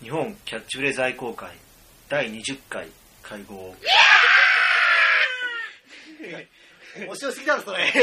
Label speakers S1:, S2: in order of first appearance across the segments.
S1: 日本キャッチフレーズ愛好会第20回会合
S2: 面白すぎだろそれ
S3: ち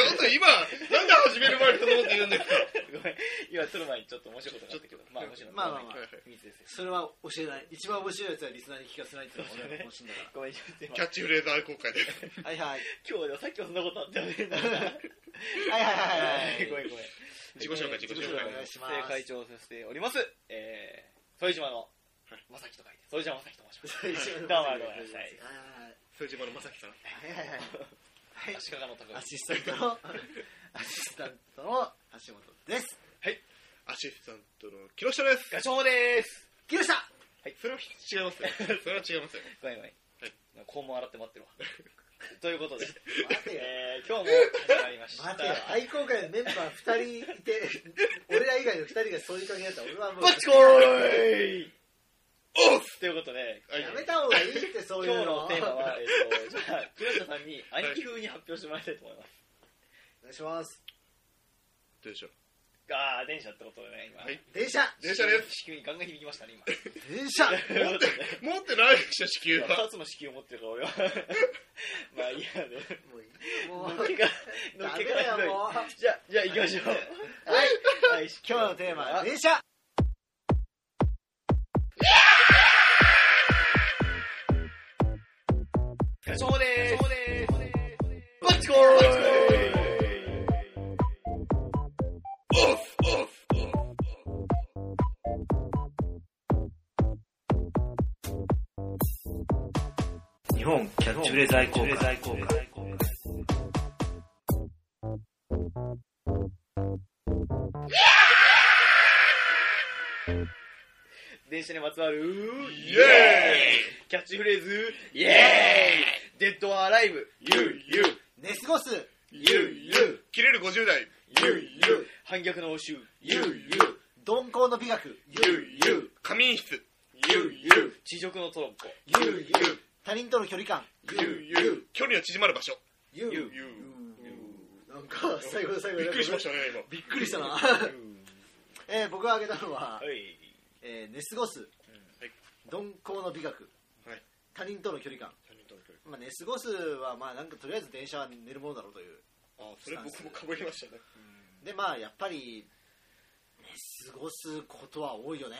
S3: ょっと今、なんで始める前にそんなこと言うんですか
S4: ごめん今撮る前にちょっと面白いことがあったけどまあ面白い
S2: まあまあまあ
S3: はいはい
S4: 秘密ですよ
S2: それは教えない一番面白いやつはリスナーに聞かせないっていうのが俺らの本心だか
S4: ごめんちょっと今
S3: キャッチフレーズ愛好会です。
S2: らはいはい
S4: 今日でさっきもそんなことあったよね
S2: はいはいはいはい
S4: ごめんごめん
S3: 自己紹介、自己
S2: 自己
S3: 紹
S2: 紹
S3: 介
S2: 介お。願いします
S4: で会長をさせておりますえー副島のまさきと書いて副島まさきと申しますどうもどうも
S2: はい
S4: いらっしゃい
S3: 副島の正樹さん。
S2: はいはいはいはい
S4: 足利の高
S2: アシスタントのアシスタントの橋本です
S3: アシスタントの木下です。
S4: ガチョウです
S2: 木下
S3: それは違いますよ。それは違いますよ。
S4: ごめんごめん肛門洗って待ってる わということで
S2: 待てよ
S4: えー今日も始まりました
S2: 待てよ愛好会のメンバー2人いて俺ら以外の2人がそういう関係だったら俺はもう
S4: バッチコーイ
S3: おっ
S4: ということで
S3: はい
S2: やめた方がいいってそうい
S4: 今
S2: う
S4: 日
S2: の
S4: のテーマは、えっと、じゃあ、木下さんに兄貴風に発表してもらいたいと思います。
S2: お願いします
S3: どうでしょう。
S4: あー、電車ってことでね、今。
S3: はい
S2: 電車
S3: 電車です。
S4: 子宮にガンガン響きましたね、今。
S2: 電車
S4: ということでね
S3: 持ってないでしょ、支給
S4: ま あ
S3: は。
S4: 二つの子宮を持ってるから、俺は。 まあ、いいやね。
S2: もういいもう
S4: のっ
S2: ダ
S4: けが、のっ
S2: メ
S4: け
S2: だ
S4: がひどい
S2: よもうはい
S4: じゃあ、じゃあ行きましょう。はい、
S2: 今日のテーマは
S4: は
S2: 電車
S4: ガチョウでーす。バッチコーイ
S3: おっおっ
S1: 日本キャッチフレーズ愛好会
S4: 電車にまつわる
S3: イエ
S4: キャッチフレーズイエーイデッドアライブ
S3: ーイユーユー
S2: 寝過ごす
S3: ユーユー切れる50代ユーユ
S4: 反逆の応酬
S3: ーユーユ
S2: 鈍行の美学
S3: ーユーユー仮眠室ユーユ
S4: 地獄のトロッコ
S3: ーユーユ
S2: 他人との距離感
S3: ーユーユー距離の縮まる場所
S2: ゆう
S3: ユーユ
S2: なんか最後の最
S3: ー
S2: 後
S3: びっくりしましたたね、今。
S2: びっくりしたなえー僕が挙げたのは
S4: はい
S2: えー寝過ごす
S3: はい
S2: 鈍行の美学
S3: はい
S2: 他人との距離感まあ寝過ごすはまあなんかとりあえず電車は寝るものだろうという
S3: あ、それ僕もかぶりましたね。
S2: でまあやっぱり寝過ごすことは多いよね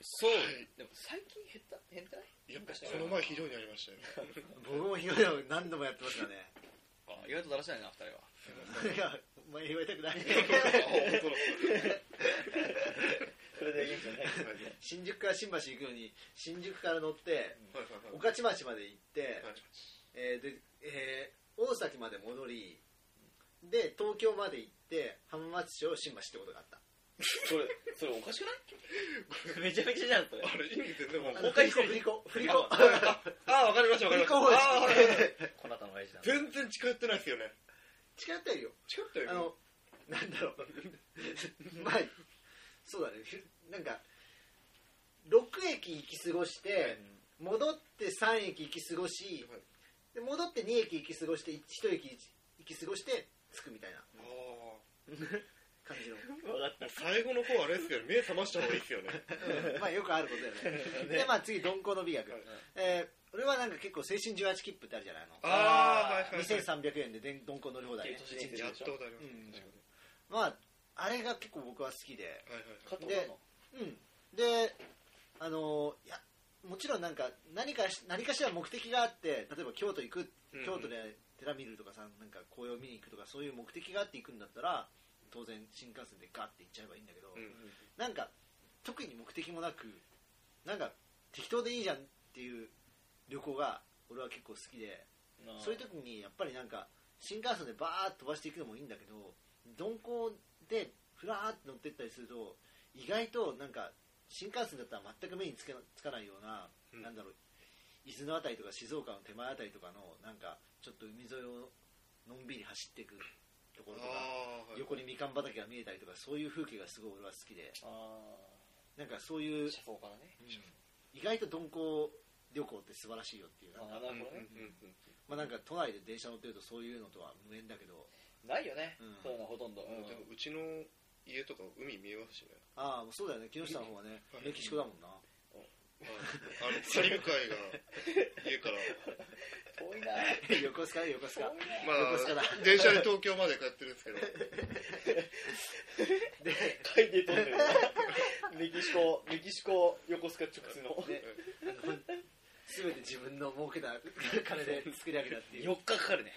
S4: そう
S3: はい
S4: でも最近減った減ってない
S3: いや、この前ひどいにありましたよね。
S2: 僕もひどいの何度もやってますからね
S4: あ意外とだらしないな二人 はい
S2: やお前言われたくない
S3: あ、本
S4: それでいいんじゃない
S3: 当だ。はい
S2: 新宿から新橋行くのに新宿から乗って
S3: はいはい
S2: 御徒町まで行って、
S3: はい
S2: えーでえー大崎まで戻りで東京まで行って浜松町新橋ってことがあった
S4: それそれおかしくないめちゃめちゃじゃんそ れ
S3: あれ、意味全然もう
S2: あ
S3: も
S2: の
S3: う。
S4: 開してる
S2: 振り子振り子
S4: あ
S3: あ、わかりました、わ
S2: 振り
S3: かりまし
S2: 子
S3: た。あ
S2: 方です
S3: ー、はいはい
S4: この後の親父だ
S3: 全然近寄ってないですよね。
S2: 近寄ったよりよ
S3: 近寄った
S2: あ
S3: よ。
S2: のなんだろう まあそうだねなんか6駅行き過ごして戻って3駅行き過ごし
S3: はい
S2: で戻って2駅行き過ごして 1, 駅行き過ごして着くみたいな
S3: あ
S2: 感 じの
S4: 分かった
S3: ー最後の方あれですけど、目覚ました方がいいですよね。
S2: まあよくあることだよ ねでまあ次鈍行の美学、
S3: はい
S2: えー俺はなんか結構青春18切符ってあるじゃないあの
S3: あー、はいはいはい。
S2: 2300円で電鈍行乗り放題ね
S4: え都市伝説
S3: やったことあります。
S2: うんまああれが結構僕は好きで
S3: はいはい。
S4: 加藤
S2: で
S4: の
S2: うんであのいやもちろんなんか何かし何かしら目的があって例えば京都行く
S3: うん
S2: 京都で寺見るとかさなんか紅葉見に行くとかそういう目的があって行くんだったら当然新幹線でガッて行っちゃえばいいんだけど、
S3: うん
S2: なんか特に目的もなくなんか適当でいいじゃんっていう旅行が俺は結構好きで
S4: な
S2: そういう時にやっぱりなんか新幹線でバーッと飛ばしていくのもいいんだけど鈍行でふらーって乗ってったりすると意外となんか新幹線だったら全く目につけつかないような、
S3: うん
S2: なんだろう伊豆の辺りとか静岡の手前辺りとかのなんかちょっと海沿いをのんびり走っていくところとか
S3: あー、はい
S2: 横にみかん畑が見えたりとかそういう風景がすごい俺は好きで
S4: あ
S2: なんかそう
S4: ー
S2: いう
S4: 車窓からね
S2: 意外と鈍行旅行って素晴らしいよっていう
S4: あ
S2: なんか
S4: ーな
S3: うん
S4: る
S3: うんうん
S4: ほどね
S3: うん
S2: まあなんか都内で電車乗ってるとそういうのとは無縁だけど
S4: ないよね
S2: うん
S4: そういうのはほとんどうん
S3: でもうちの家とか海見えますしね
S2: ああもうそうだよね木下の方はね
S3: はい
S2: メキシコだもんな
S3: あのあのカリブ海 が家から
S4: 遠い な
S2: 横須賀だよ横須賀
S3: ま
S2: 横須賀だ
S3: あ電車で東京まで通ってるんですけど
S2: で
S4: 書いて飛んでるな メキシコメキシコ横須賀直通の
S2: であの全て自分の儲けた 金で作り上げたってい
S4: 4
S2: う
S4: 日かかるね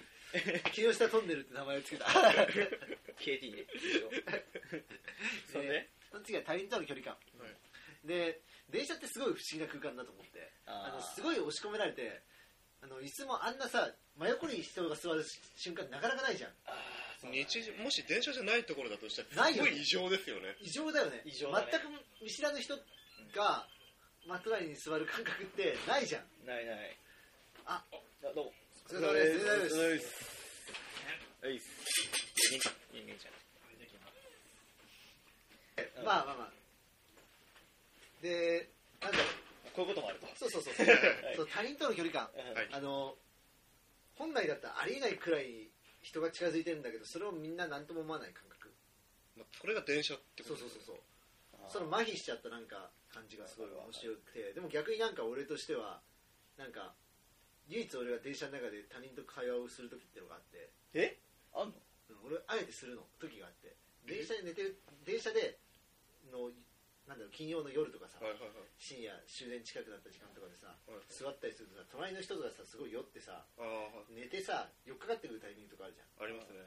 S2: 木下トンネルって名前をつけた
S4: KT ねそれで
S2: その次は他人との距離感、
S3: は
S2: で電車ってすごい不思議な空間だと思ってあ
S4: あー
S2: のすごい押し込められてあのいつもあんなさ真横に人が座る瞬間なかなかないじゃん
S3: 日時もし電車じゃないところだとした
S2: な
S3: ら
S2: い
S3: す
S2: よ
S3: ごい異常ですよね
S2: 異常だよね
S4: 異常だね
S2: 全く見知らぬ人がマットラインに座る感覚ってないじゃん
S4: ないない
S2: あ
S4: あどうも
S2: お疲れ様です
S4: お疲れ様ですはいいいねじゃん
S2: まあまあまあでなんだろう
S4: こういうこともあると
S2: そうそうそうそう他人との距離感
S3: はい
S2: あの本来だったらありえないくらい人が近づいてるんだけどそれをみんな何とも思わない感覚
S3: まあこれが電車ってこ
S2: そ
S3: と
S2: うそうそうそう
S4: あー
S2: その麻痺しちゃったなんか感じがすごい面白くてでも逆になんか俺としてはなんか唯一俺が電車の中で他人と会話をする時ってのがあって
S4: えあんの
S2: うん俺あえてするの時があって電車で寝てる電車でのなんだろう金曜の夜とかさ、
S3: はいはいはい
S2: 深夜終電近くなった時間とかでさ
S3: はい
S2: 座ったりするとさ隣の人がさすごい酔ってさ
S3: ああ
S2: 寝てさ寄っかかってくるタイミングとかあるじゃん
S3: ありますね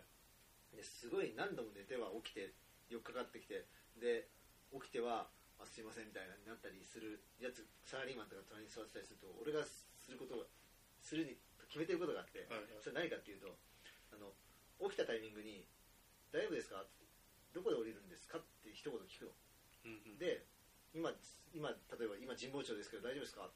S2: ですごい何度も寝ては起きて寄っかかってきてで起きてはあすいませんみたいなになったりするやつサラリーマンとか隣に座ってたりすると俺がすることがするに決めてることがあって、
S3: はいはい
S2: それ何かっていうとあの起きたタイミングに「大丈夫ですか?」どこで降りるんですか?」って一言聞くの
S3: うんうん
S2: で今今例えば今神保町ですけど大丈夫ですかっ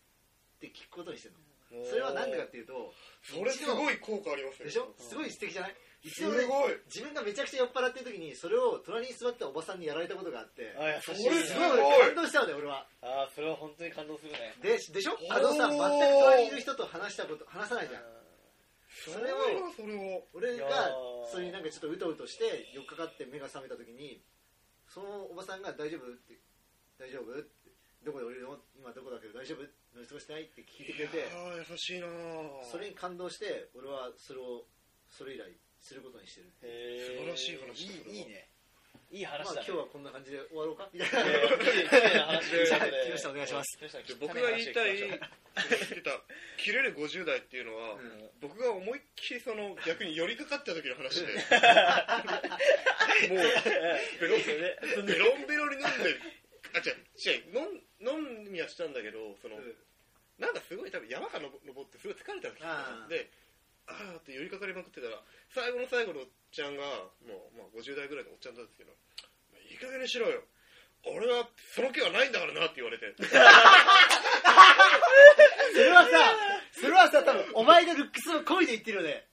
S2: て聞くことにしてる
S3: お
S2: の
S3: ー
S2: それは何でかっていうと
S3: それすごい効果ありますよ
S2: でしょすごい素敵じゃない一
S3: す
S2: 応
S3: ご
S2: 俺
S3: い
S2: 自分がめちゃくちゃ酔っ払ってる時にそれを隣に座ってたおばさんにやられたことがあって
S4: あ優しい
S3: それ
S2: す
S3: す
S2: ご
S3: ご
S2: い
S3: い
S2: 感動したのね俺は
S4: ああそれは本当に感動するね
S2: ででしょ
S3: おー
S2: あのさ全く隣にいる人と話したこと話さないじゃん
S3: それはそれを
S2: 俺が
S4: いやー
S2: そういうなんかちょっとうとうとして寄っかかって目が覚めた時にそのおばさんが「大丈夫?」って「大丈夫?」って「どこで降りるの今どこだけど大丈夫乗り過ごしてない?」って聞いてくれて
S3: ああ優しいなあ
S2: それに感動して俺はそれをそれ以来することにしてる
S4: へー
S3: 素晴らしい話だそれはい
S4: いいいねいい
S2: まあ
S4: 話だ、ね
S2: 今日はこんな感じで終わろうかみたい
S4: えー綺麗
S2: な
S4: な話 でしたので
S2: 木下お願いします。
S3: じゃあ僕が言いたい
S4: うん
S3: 言ってた切れる50代っていうのは、
S2: うん
S3: 僕が思いっきりその逆に寄りかかった時の話でもうベロベロンベロに飲んであ違う違う飲ん飲みはしたんだけどその、
S2: うん
S3: なんかすごい多分山がのぼ登ってすごい疲れた時
S2: あー
S3: であーって寄りかかりまくってたら最後の最後のおっちゃんがもう、まあ、50代ぐらいのおっちゃんなんですけど「いい加減にしろよ俺はその気はないんだからな」って言われ て
S2: それはさ、それはさ、多分お前がルックスの恋で言ってるよね。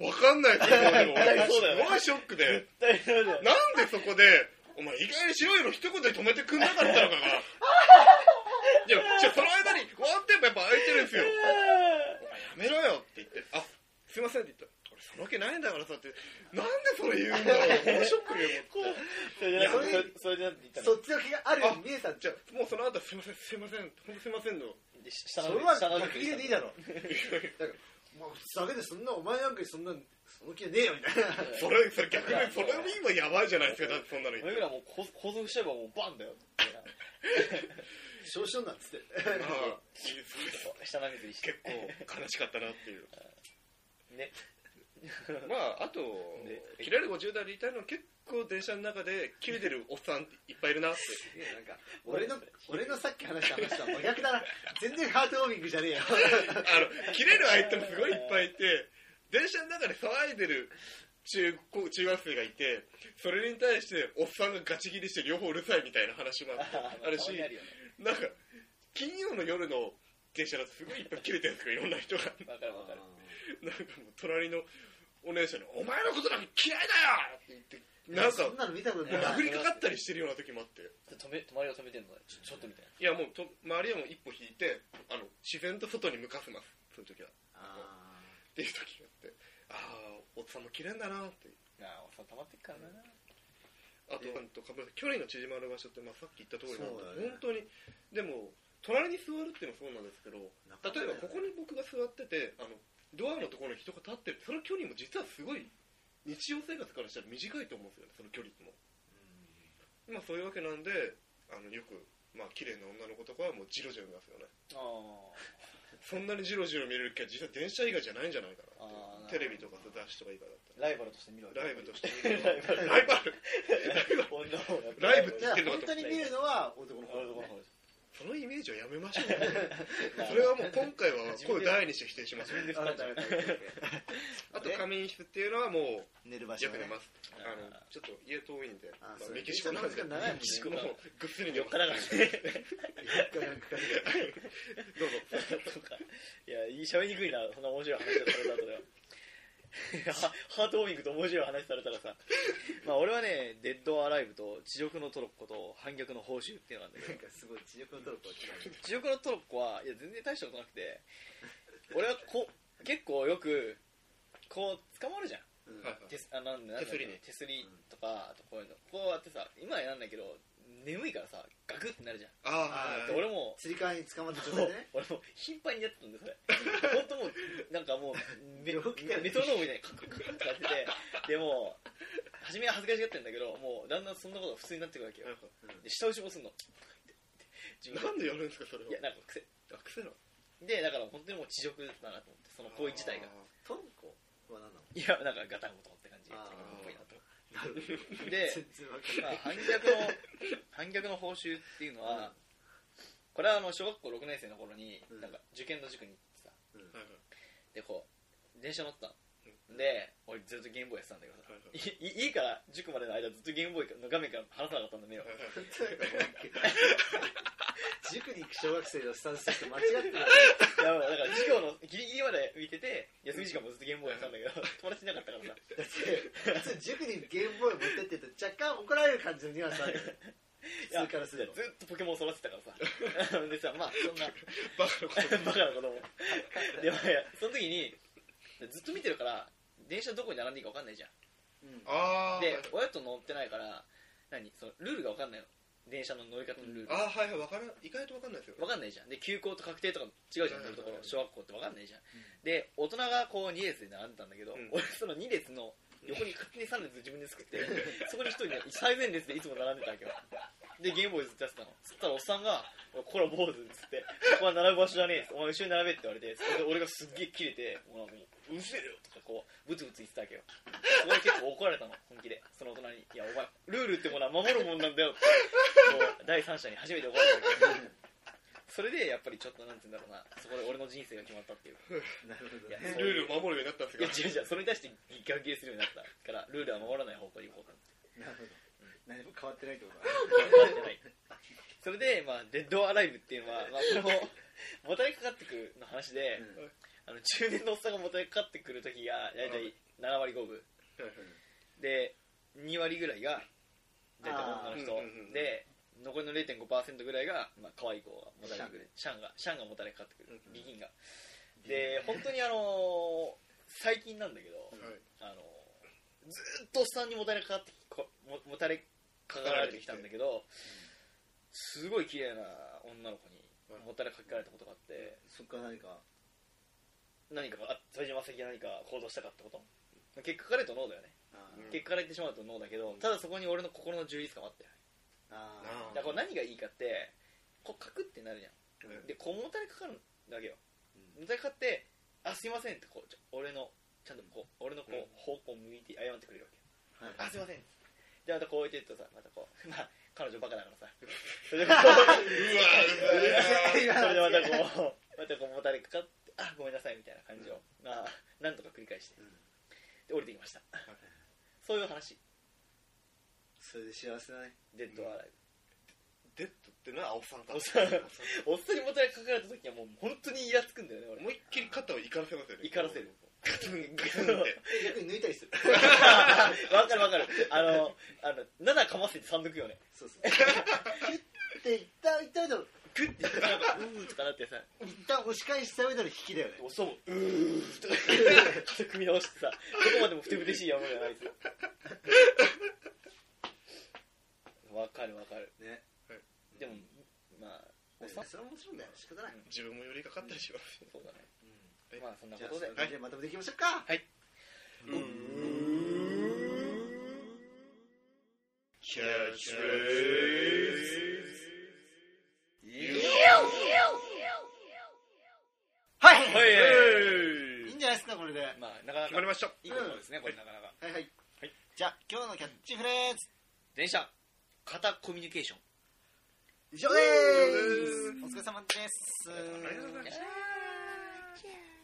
S3: わかんないですよ、で も。
S4: そうだよね
S3: すごいショックで。
S4: 大丈夫だよ
S3: なんでそこで、お前、意外に白いの一言で止めてくんなかったのかが。いや、じゃあその間にワンテンポやっぱ空いてるんですよ。お前やめろよって言って、あ、すいませんって言った。俺、その気ないんだからさって、なんでそれ言うんだろう。このショックで思って。
S4: それじゃなくてそれじゃなくて言った
S2: そ
S4: の
S2: っちの気があるように見えたんじ
S3: じ
S2: ゃ
S3: ゃあ、もうその後、すいません、すいません、ほんとすいませんの。
S4: で
S2: ん。
S4: 下
S2: そ
S4: の
S2: れは
S4: 下の
S2: 逆切れでいいだろ。だから、まあ、普通だけでそんな、お前なんかにそんな、その気はねえよみたいな。
S3: それ、それ逆に、それも今やばいじゃないですか、だってそんなの言っ
S4: 俺
S3: て。
S4: らもうこ拘束しちゃえばもうバンだよ
S2: 少々なんつって。
S3: ああいいです
S4: 下の水にして
S3: 結構悲しかったなって いう。
S4: ね
S3: まああと
S4: ね
S3: 切れる50代でいたいのは結構電車の中で切れてるおっさんいっぱいいるなって
S2: いや なんか俺の、俺のさっき話した話とは真逆だな。全然ハートウォーミングじゃねえよ。
S3: あの切れる相手もすごいいっぱいいて電車の中で騒いでる中高中学生がいてそれに対しておっさんがガチ切りして両方うるさいみたいな話もあってあるし
S4: たまにあるよね
S3: なんか金曜の夜の電車だとすごいいっぱい切れてるんですよいろんな人が
S4: わかるわかる
S3: なんかもう隣のお姉さんに「お前のことなんか嫌いだよ!」って言ってなん
S2: そ
S3: か
S2: んなの見たことない。
S3: 殴りかかったりしてるような時もあって
S4: 止め隣を止めてんのちょちょっとみたい
S3: いやもうと周りはもう一歩引いてあの自然と外に向かせますその時はっ
S2: あ
S3: ていう時があってああおっさんも綺麗だなって
S4: ななあおっさん溜まってっからな
S3: あとなんとかぶら距離の縮まる場所って、まあ、さっき言った通りなん
S2: そうだ
S3: で、
S2: ね
S3: 本当にでも隣に座るっていうのもそうなんですけど
S2: なかなか
S3: 例
S2: だよ
S3: えば
S2: ね
S3: ここに僕が座っててあのドアのところに人が立ってるその距離も実はすごい日常生活からしたら短いと思うんですよねその距離も、まあ、そういうわけなんであのよくまあ綺麗な女の子とかはもうジロジロ見ます よね
S4: あ
S3: そんなにジロジロ見れる機会実は電車以外じゃないんじゃないかな
S4: あー
S3: テレビとか雑誌とか以外だった
S4: ーライバルとして見るわけ
S3: らライブとして見
S4: ラ
S3: る
S4: イバ ル
S3: ライバル
S4: 女の方やっぱり
S3: ライブっ
S2: だから本当に見るのは男の子
S4: 俺の 方
S3: そのイメージはやめましょう、ね、 それはもう今回は声を大にして否定しましょう
S4: 自分で
S2: あ
S4: 使
S2: な
S4: っち
S2: たあなた
S4: ゃう
S2: あなた
S3: あと仮眠室っていうのはもう
S2: 寝る場所
S3: よ
S2: が
S3: く
S2: ね
S3: 寝ますあのちょっと家遠いんで
S2: あ
S3: まあ
S2: そう
S3: メキシコなんで
S2: メキシコ長いもんね
S3: メキシコもぐっすり寝
S4: よ
S3: ま
S4: っ
S3: す
S4: からがね
S3: どうぞ
S4: そうかいやいい喋りにくいなそんな面白い話をされた後ではハ ハートウォーミングと面白い話されたらさまあ俺はね「デッド・アライブ」と「地獄のトロッコ」と「反逆の報酬」っていうのがあるんだけど
S2: なんかすごい地獄のトロッコは違う
S4: 地獄のトロッコはいや全然大したことなくて俺はこう結構よくこう捕まるじゃん
S2: うん
S3: はい
S4: 手すあなんなんだっけ
S3: 手すりに
S4: 手すりとかあとこういうのこうやってさ今はやなんだけど眠いからさガクってなるじゃん
S3: あー
S4: で俺も
S2: つり革に捕まった状態
S4: もう
S2: でね
S4: 俺もう頻繁にやってたんですそれ本当もうなんかもうメ
S2: 病気だよね
S4: メトロノームみたいにカクカクカクってやっててでもう初めは恥ずかしがってんだけどもうだんだんそんなことが普通になってくるわけよ
S3: なんか
S4: で下打ちもすんの自
S3: な
S4: 分
S3: んでやるんですかそれ
S4: いや
S3: は
S4: なんか癖
S3: あ癖なの
S4: でだから本当にもう地獄だなと思ってその行為自体が
S3: あ
S2: トロッコは何なの
S4: いやなんかガタンゴトンって感じ
S2: あー
S4: っぽいなと
S2: なるほど
S4: で
S2: 全然わかん
S4: ま
S2: ない
S4: あ、反逆の反逆の報酬っていうのは、これはあの小学校6年生の頃に、
S2: うん
S4: なんか受験の塾に行ってさ
S2: うん
S3: ーはいはい
S4: でこう電車乗ったの、で俺ずっとゲームボーイやってたんだけどさ、
S3: はいはい
S4: いい家から塾までの間ずっとゲームボーイの画面から離さなかったんだ目を
S3: はいはい
S2: 本当だよなんか塾に行く小学生のスタンスとして間違ってる
S4: いやだから授業のギリギリまで見てて休み時間もずっとゲームボーイやってたんだけ ど友達いなかったから
S2: だ
S4: さ
S2: って普通塾にゲームボーイ持ってってると若干怒られる感じのニュアンスあるよね
S4: いや
S2: 普通からすると
S4: ずっとポケモン育ててたか らさでさまあそんな
S3: バカなこと
S4: バカな子供でもいやその時にずっと見てるから電車どこに並んでいいか分かんないじゃん
S2: うん
S3: あー
S4: で親と乗ってないから何そのルールが分かんないの電車の乗り方のルール
S3: あーはいはいわからん意外とわかんないですよ
S4: 分かんないじゃんで休校と確定とか違うじゃん
S3: はいはいはい
S4: 乗るところ小学校って分かんないじゃん、で大人がこう2列で並んでたんだけど、
S3: うん
S4: 俺その2列の横に勝手に3列自分で作ってそこに1人ね最前列でいつも並んでたわけよでゲームボーイずっとやってたのそしたらおっさんが「こら坊主」っつって「ここは並ぶ場所じゃねえっつってお前後ろに並べ」って言われてそれで俺がすっげえキレて「もうなんかもううるせえよ」とかこうブツブツ言ってたわけよそこで結構怒られたの本気でその大人に「いやお前ルールってものは守るもんなんだよ」ってこう第三者に初めて怒られたわけよそれでやっぱりちょっとなんて言うんだろうなそこで俺の人生が決まったって いう
S2: なるほど
S4: いや
S2: ね
S4: そう
S3: ルールを守るようになったんです
S4: い
S3: が
S4: や違う違うそれに対して逆ギレするようになったからルールは守らない方向に行こうかな
S2: なるほど何も変わってないってこと
S4: ってないそれで、まあ、デッド・アライブっていう のは、まあ、これももたれかかってくるの話で、
S2: だ
S3: ん
S4: あの中年のおっさんがもたれかかってくる時が大体7割5分で2割ぐらいが大体女の人
S3: あーうんうんうん
S4: で残りの0.5%ぐらいが、まあ可愛い子がもたれてくるシャンがシャンがもたれかかってくる
S3: うん
S4: ビギンがで本当にあの最近なんだけど、
S3: はい
S4: あのずーっとおっさんにもたれかかってきこももたれかかられてきたんだけど、すごい綺麗な女の子にもたれかけられたことがあって、
S2: そっから何か
S4: 何かあ副島関が何か行動したかってこと結果から言うとノーだよね、
S2: あ
S3: うん
S4: 結果から言ってしまうとノーだけどただそこに俺の心の充実感もあったよね
S2: ーあ
S4: だからこれ何がいいかってこうカクってなるじゃん
S3: うん
S4: でこうもたれかかるんだけよ
S2: ー
S4: もたれかかって「あすいません」ってこうちょ俺のちゃんとこう俺のこ
S3: うん
S4: う方向を向いて謝ってくれる
S2: う
S4: わけ
S2: ん
S4: あすいませんでまたこう置いてるとさまたこうま あ彼女バカだからさそれ
S3: う
S4: で
S3: わーうざいなー
S4: それでまたこうまたこうもたれかかってあごめんなさいみたいな感じを、まあなんとか繰り返して
S2: うん
S4: で降りてきましたそういう話
S2: それで幸せだね
S4: デッドアライ
S3: デッドってのはおっさんか
S4: おっさんブ、おっさんにもたれかかられた時はもう本当にイラつくんだよね俺
S3: 思いっきり肩をいからせますよね
S4: 怒らせる
S3: ガツンガツンって
S2: 逆に抜いたりする
S4: わかるわかるあのあの7かませて3抜くよね
S2: そうそうキュッていったいった上でも
S4: グッてなんかうーんとかなってさ
S2: 一旦押し返した上での引きだよね
S4: おそううーとか肩組み直してさどこまでもふてぶてしい山じゃないですわかるわかる
S2: ね
S4: でもまあおさ
S2: それは面白いんだよ仕方ない、
S4: うん
S3: 自分も寄りかかったりします。
S4: そうだね
S2: うん
S4: まあそんな
S2: じゃ
S4: こ
S2: あ
S4: と
S2: そ
S4: で
S2: れでまとめていきましょうか
S3: キャッチフレーズ。
S2: はい、
S4: はい
S2: い、いんじゃないですかこれで、
S4: まあなかな
S3: 決まり
S4: か
S3: ました。
S4: いいことですねこれなかなか
S2: はいはい、じゃあ今日のキャッチフレーズ
S4: 電車型コミュニケーション
S2: 以上ですお疲れ様です
S3: ありがとうございました。
S5: Yeah.